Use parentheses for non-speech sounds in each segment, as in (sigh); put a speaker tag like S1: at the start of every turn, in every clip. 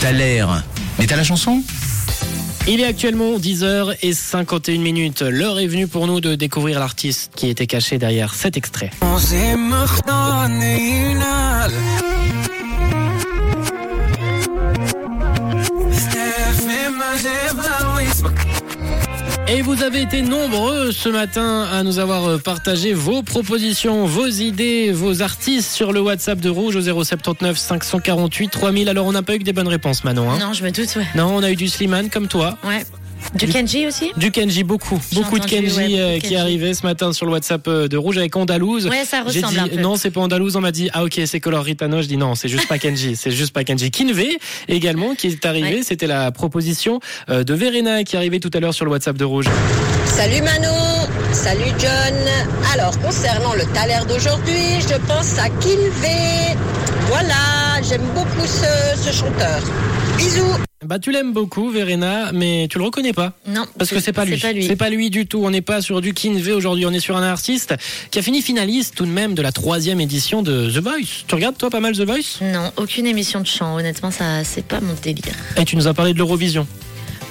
S1: T'as l'air. Mais t'as la chanson
S2: Il est actuellement 10h51 minutes. L'heure est venue pour nous de découvrir l'artiste qui était caché derrière cet extrait. Et vous avez été nombreux ce matin à nous avoir partagé vos propositions, vos idées, vos artistes sur le WhatsApp de Rouge au 079 548 3000. Alors on n'a pas eu que des bonnes réponses Manon. hein.
S3: Non, je me doute, ouais.
S2: Non, on a eu du Slimane comme toi.
S3: Ouais. Du Kenji aussi
S2: Du Kenji, beaucoup.
S3: J'ai
S2: Beaucoup de
S3: entendu,
S2: Kenji,
S3: ouais,
S2: euh,
S3: beaucoup de
S2: qui
S3: Kenji.
S2: est arrivé ce matin sur le WhatsApp euh, de Rouge avec Andalouse.
S3: Ouais, ça
S2: J'ai
S3: ressemble
S2: dit
S3: un peu.
S2: non, c'est pas Andalouse. On m'a dit ah ok, c'est Color Ritano. Je dis non, c'est juste pas
S3: (laughs)
S2: Kenji, c'est juste pas Kenji. Kinve également qui est arrivé. C'était la proposition euh, de Verena qui est arrivée tout à l'heure sur le WhatsApp de Rouge.
S4: Salut Manon, salut John. Alors concernant le taler d'aujourd'hui, je pense à Kinvé. Voilà, j'aime beaucoup ce, ce chanteur. Bisous.
S2: Bah tu l'aimes beaucoup Verena, mais tu le reconnais pas.
S3: Non.
S2: Parce que c'est pas lui.
S3: C'est pas lui.
S2: C'est pas lui du tout. On n'est pas sur du Kinve aujourd'hui. On est sur un artiste qui a fini finaliste tout de même de la troisième édition de The Voice. Tu regardes toi pas mal The Voice
S3: Non, aucune émission de chant. Honnêtement, ça, c'est pas mon délire.
S2: Et Eh, tu nous as parlé de l'Eurovision.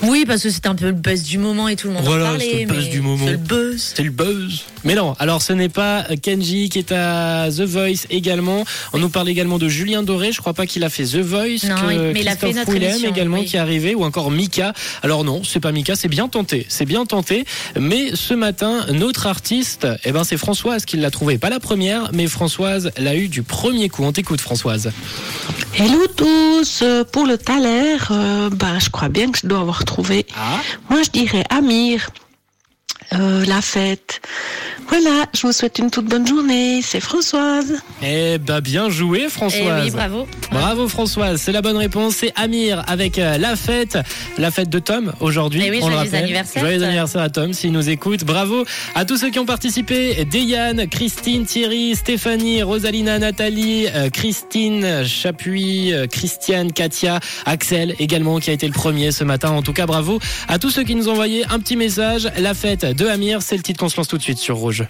S3: Oui, parce que c'était un peu le buzz du moment et tout le monde
S2: Voilà,
S3: en parlait.
S2: c'était le buzz
S3: mais
S2: du moment.
S3: C'est le buzz.
S2: C'est le buzz. Mais non, alors ce n'est pas Kenji qui est à The Voice également. On nous parle également de Julien Doré. Je crois pas qu'il a fait The Voice.
S3: Non,
S2: que
S3: il- mais il a fait
S2: Christophe
S3: notre
S2: Willem
S3: émission,
S2: également
S3: oui.
S2: qui est arrivé. Ou encore Mika. Alors non, c'est pas Mika, c'est bien tenté. C'est bien tenté. Mais ce matin, notre artiste, eh ben, c'est Françoise qui l'a trouvé. Pas la première, mais Françoise l'a eu du premier coup. On t'écoute, Françoise.
S5: Hello tous, Euh, pour le taler, euh, bah, je crois bien que je dois avoir trouvé.
S2: Ah,
S5: Moi je dirais Amir, Euh, la fête. Voilà, je vous souhaite une toute bonne journée, c'est Françoise.
S2: eh ben, bien joué,
S3: Eh
S2: Françoise.
S3: oui, bravo.
S2: Bravo Françoise, c'est la bonne réponse. C'est Amir avec euh, la fête, la fête de Tom aujourd'hui.
S3: Eh oui,
S2: on le
S3: joyeux
S2: rappelle.
S3: anniversaire,
S2: Joyeux
S3: Tom.
S2: anniversaire à Tom s'il nous écoute. Bravo à tous ceux qui ont participé Déyanne, Christine, Thierry, Stéphanie, Rosalina, Nathalie, euh, Christine, Chapuis, euh, Christiane, Katia, Axel également qui a été le premier ce matin. En tout cas, bravo à tous ceux qui nous ont envoyé un petit message. La fête de Amir, c'est le titre qu'on se lance tout de suite sur Rouge.